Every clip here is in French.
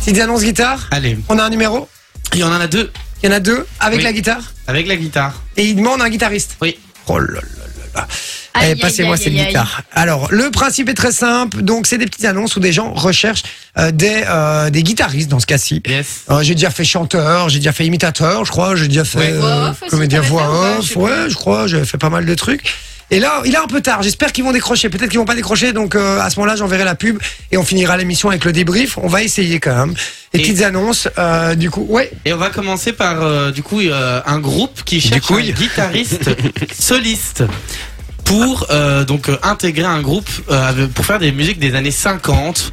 Petites annonces guitare. Allez, On a un numéro. il y en a deux Il y en a deux avec Oui. la guitare. avec la guitare. Et il demande un guitariste. Oui. Oh là là là là. Aïe, Eh, aïe, Passez-moi aïe, cette aïe, aïe. guitare. Alors, le principe est très simple. Donc, c'est des petites annonces où des gens recherchent euh, des, euh, des guitaristes, dans ce cas-ci. Yes. Euh, j'ai déjà fait chanteur, j'ai déjà fait imitateur, je crois, j'ai déjà fait euh, Ouais. Voix off aussi, comédien t'avais fait ou voix pas Je off, sais ouais, je crois, j'ai fait pas mal de trucs. Et là, il est un peu tard, j'espère qu'ils vont décrocher, peut-être qu'ils vont pas décrocher, donc euh, à ce moment-là, j'enverrai la pub et on finira l'émission avec le débrief, on va essayer quand même. Les Et- petites annonces, euh, du coup, ouais, Et on va commencer par euh, du coup euh, un groupe qui cherche un couille. guitariste soliste pour euh, donc euh, intégrer un groupe euh, avec- pour faire des musiques des années 50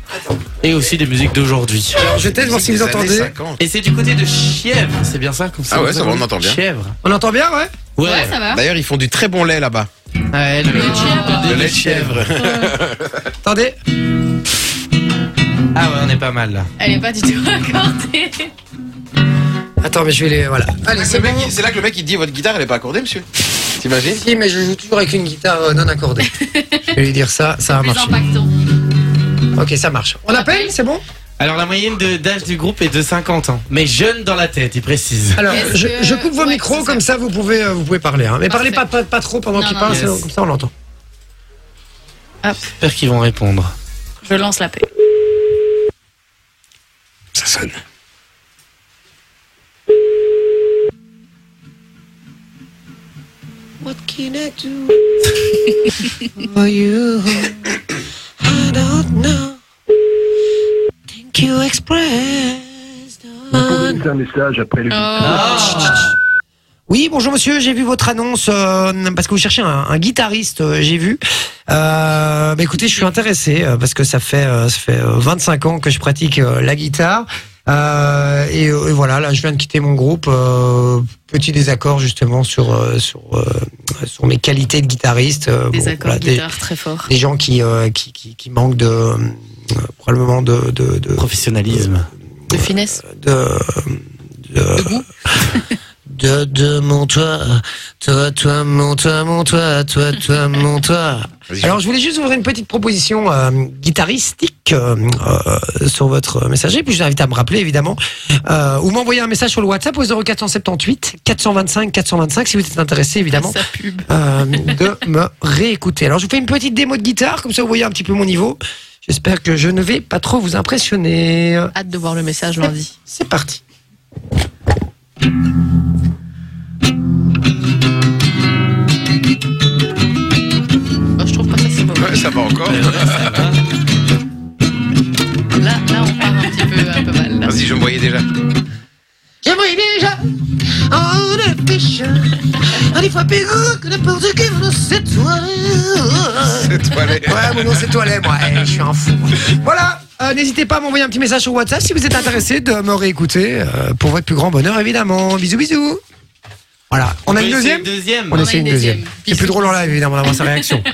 et aussi des musiques d'aujourd'hui. Alors, je teste voir si vous Des années entendez. 50. Et c'est du côté de Chièvre, c'est bien ça comme ça. Ah ouais, vous ça va, on appelez entend bien. Chièvre. On entend bien, ouais Bah, Ouais. Ouais, ça va. D'ailleurs, ils font du très bon lait là-bas. Ouais, le, Le lait de Ah, Chièvre. le lait de Attendez, Ah ouais, on est pas mal là. Elle est pas du tout accordée. attends, mais je vais les, voilà. Allez, C'est c'est bon. là que Ah, le mec il dit votre guitare elle est pas accordée, monsieur. T'imagines Si, mais je joue toujours avec une guitare euh, non accordée. je vais lui dire ça, ça va Plus marcher. impactant. Ok, ça marche. On appelle, c'est bon Alors la moyenne de- d'âge du groupe est de 50 ans, mais jeune dans la tête, il précise. Alors, Est-ce je, que- je coupe vos ouais, micros, c'est comme ça vous pouvez, euh, vous pouvez parler. hein. Mais parlez pas, Parfait. pas, pas trop pendant Non, qu'il non, parle, yes. sinon, comme ça on l'entend. J'espère qu'ils vont répondre. Je lance la paix. Ça sonne. What can I do for you? I don't know. Thank you, expressed. on- un message après le Oui, bonjour monsieur, j'ai vu votre annonce euh, parce que vous cherchez un, un guitariste, euh, j'ai vu. Euh, bah, écoutez, je suis intéressé euh, parce que ça fait, euh, ça fait euh, 25 ans que je pratique euh, la guitare. Euh, et, euh, et voilà, là, je viens de quitter mon groupe. euh, petit désaccord justement sur euh, sur euh, sur mes qualités de guitariste. euh, Des bon, accords voilà, des- guitare très forts. des gens qui, euh, qui, qui, qui manquent de euh, probablement de de, de, Professionnalisme. De finesse. de, de, de, de mon toi, toi, toi, mon toi, mon toi, toi, toi, mon toi. Vas-y. Alors, je voulais juste vous faire une petite proposition euh, guitaristique euh, euh, sur votre messagerie, puis je vous invite à me rappeler, évidemment, euh, ou m'envoyer un message sur le WhatsApp au 0478 425 425, si vous êtes intéressé, évidemment Sa pub. euh, de me réécouter. Alors je vous fais une petite démo de guitare, comme ça vous voyez un petit peu mon niveau. J'espère que je ne vais pas trop vous impressionner. Hâte de voir le message lundi. C'est parti. Oh, je trouve pas ça si beau. Ouais, ça va encore. Là, là, on part un petit peu, un peu mal. là. Vas-y, je me voyais déjà. J'aimerais déjà en le pêche. Aller frapper gros que n'importe qui veut cette soirée. Cette toilette. Ouais, mon nom c'est Toilet, moi. Eh, je suis un fou. Voilà. Euh, N'hésitez pas à m'envoyer un petit message sur WhatsApp si vous êtes intéressé de me réécouter euh, pour votre plus grand bonheur, évidemment. Bisous, bisous. Voilà. On a une deuxième Deuxième. On essaie une deuxième. deuxième. C'est plus drôle en live, évidemment, d'avoir sa réaction. je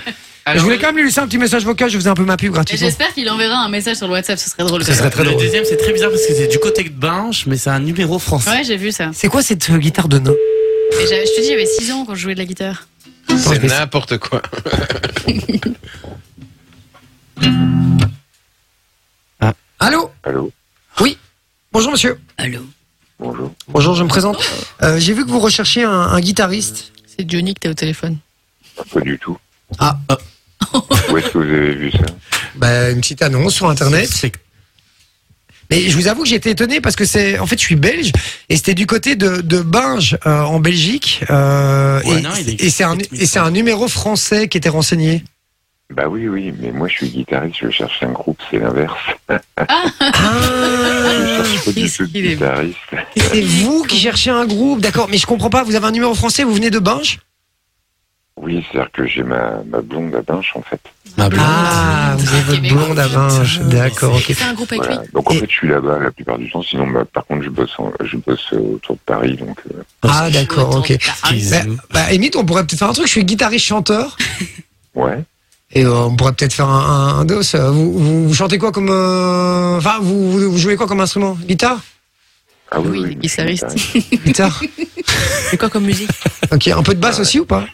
Alors, voulais quand même lui laisser un petit message vocal, je faisais un peu ma pub Et gratuitement. J'espère qu'il enverra un message sur le WhatsApp, ce serait drôle. Ce quand serait même. très le drôle. deuxième, c'est très bizarre parce que c'est du côté de Binche, mais c'est un numéro français. Ouais, j'ai vu ça. C'est quoi cette euh, guitare de nain Et j'avais- je te dis, j'avais 6 ans quand je jouais de la guitare. C'est n'importe quoi. Allô Allô Oui. Bonjour, monsieur. Allô Bonjour. Bonjour, je me présente. Euh, J'ai vu que vous recherchiez un, un guitariste. C'est Johnny que t'es au téléphone. Pas du tout. Ah, Où est-ce que vous avez vu ça bah, une petite annonce sur Internet. C'est- Mais je vous avoue que j'ai été étonné parce que c'est, en fait, je suis belge et c'était du côté de, de Binge euh, en Belgique. euh, Ouais, et non, il est- et c'est un, et c'est un numéro français qui était renseigné. Bah oui, oui, mais moi je suis guitariste, je cherche un groupe, c'est l'inverse. Je cherche pas du Qu'est-ce tout de qu'il est- guitariste. Ah. c'est vous qui cherchez un groupe, d'accord Mais je comprends pas. Vous avez un numéro français. Vous venez de Binge Oui, c'est-à-dire que j'ai ma, ma blonde à Binche en fait. Ma blonde. Ah, vous avez votre Québécois. blonde à Binge, d'accord. ok. C'est un groupe avec Voilà. lui. Donc en Et- fait, je suis là-bas la plupart du temps, sinon bah, par contre, je bosse, en- je bosse euh, autour de Paris, donc euh, Ah, d'accord, ok. Excuse. Bah, bah, limite, on pourrait peut-être faire un truc. Je suis guitariste chanteur. ouais. Et euh, on pourrait peut-être faire un, un, un dos. euh, Vous, vous, vous chantez quoi comme. euh, Enfin, vous, vous, vous jouez quoi comme instrument Guitare Ah Oui, je suis guitariste. Guitare C'est quoi comme musique Ok, un peu de basse Ouais. aussi ou pas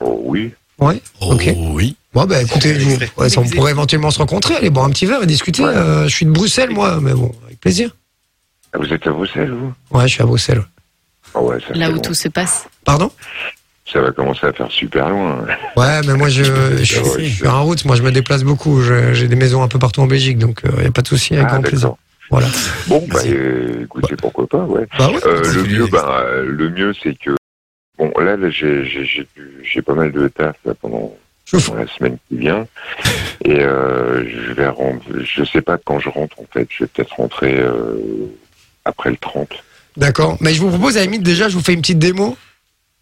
Oh, oui, Ouais. Ok. oui. Bon, bah écoutez, C'est vous- extrait. ouais, ça, on pourrait éventuellement se rencontrer, aller boire un petit verre et discuter. Ouais. Euh, je suis de Bruxelles, moi, mais bon, avec plaisir. Ah, Vous êtes à Bruxelles, vous Ouais, je suis à Bruxelles. ouais. Ah ouais, ça Là fait où long. tout se passe. Pardon Ça va commencer à faire super loin. Ouais, mais moi, je, je, suis- je suis en route. Moi, je me déplace beaucoup. Je- J'ai des maisons un peu partout en Belgique, donc il n'y a pas de souci, avec Ah, grand plaisir. d'accord. Voilà. Bon, bah, euh, écoutez, pourquoi pas, ouais. Bah ouais. Euh, C'est le du- mieux, ben, euh, le mieux, c'est que bon, là, là, j'ai, j'ai, j'ai, du- j'ai pas mal de taf là, pendant Je vous- pendant la semaine qui vient, et euh, je vais rentrer. Je sais pas quand je rentre en fait. Je vais peut-être rentrer euh, après le 30. D'accord. Mais je vous propose, à la limite, déjà, je vous fais une petite démo.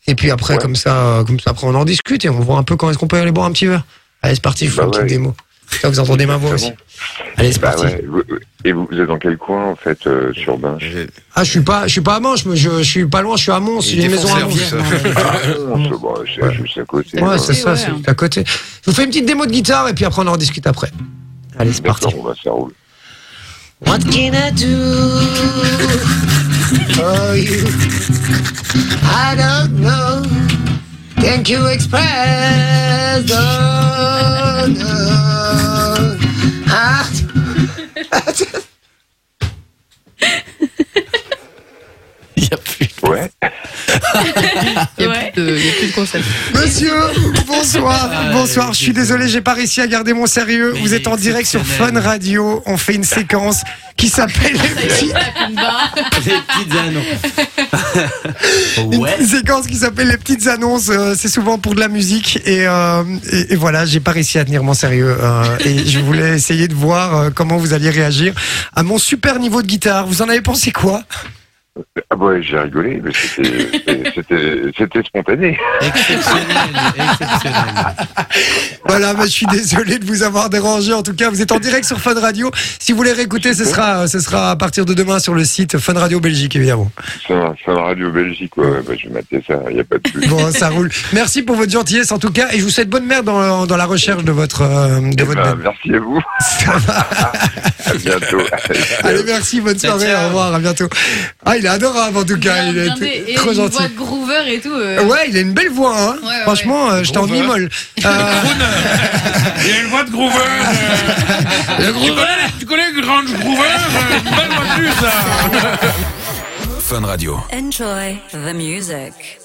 Et puis après, Ouais. comme ça, euh, comme ça, après, on en discute et on voit un peu quand est-ce qu'on peut aller boire un petit verre. Allez, c'est parti, je vous fais Bah une petite ouais. démo. Ça, vous entendez ma voix C'est aussi. bon Allez, c'est Bah parti. ouais. Vous- Et vous, vous êtes dans quel coin en fait euh, sur Bain Ah, je suis pas, je suis pas à Mons, mais je, je suis pas loin, je suis à Mons, Il j'ai une maison défonce à les Mons. rues, ça. Ah, bon, c'est Ouais. juste à côté. euh, Ouais, quoi. c'est ça, ouais. c'est juste à côté. Je vous fais une petite démo de guitare et puis après, on en discute après. Allez, c'est parti. D'accord, on va ça roule. What can I do Oh, for you? I don't know. Thank you, Express. Oh, no. Ah. Il y a plus. Ouais. Il n'y a, Ouais. plus de- il y a plus de concept. Monsieur, bonsoir, Ah, bonsoir. Je suis ok. désolé, j'ai pas réussi à garder mon sérieux. Mais Vous il êtes en est direct sur Fun exceptionnel. Radio. On fait une séquence qui s'appelle les petits- Les petites annonces. ouais. une séquence qui s'appelle les petites annonces. Euh, C'est souvent pour de la musique et, euh, et, et voilà, j'ai pas réussi à tenir mon sérieux. Euh, et je voulais essayer de voir euh, comment vous alliez réagir à mon super niveau de guitare. Vous en avez pensé quoi Ah bah ouais, j'ai rigolé, mais c'était, c'était, c'était, c'était spontané. Exceptionnel. Exceptionnel. Voilà, mais je suis désolé de vous avoir dérangé. En tout cas, vous êtes en direct sur Fun Radio. Si vous voulez réécouter, ce sera, ce sera à partir de demain sur le site Fun Radio Belgique, évidemment. C'est un, c'est un radio Belgique, ouais, ouais, bah, je vais mater ça, il n'y a pas de plus. Bon, ça roule. Merci pour votre gentillesse en tout cas, et je vous souhaite bonne mère dans, dans la recherche de votre euh, Eh de votre. ben, bête. Eh ben, merci à vous, Ça va. à bientôt. Allez, merci, bonne Ciao, soirée, ciao. au revoir, à bientôt. Ah, il est adorable en tout cas, il est Et trop une gentil. voix de groover et tout. euh, Ouais, il a une belle voix, hein. Ouais, ouais, Franchement, euh, j'étais en Grooveur. bah, immolle. Euh, Il y a une voix de Groover. euh, tu, connais, tu connais Grange Groover euh, Une belle voiture, ça. Enjoy the music.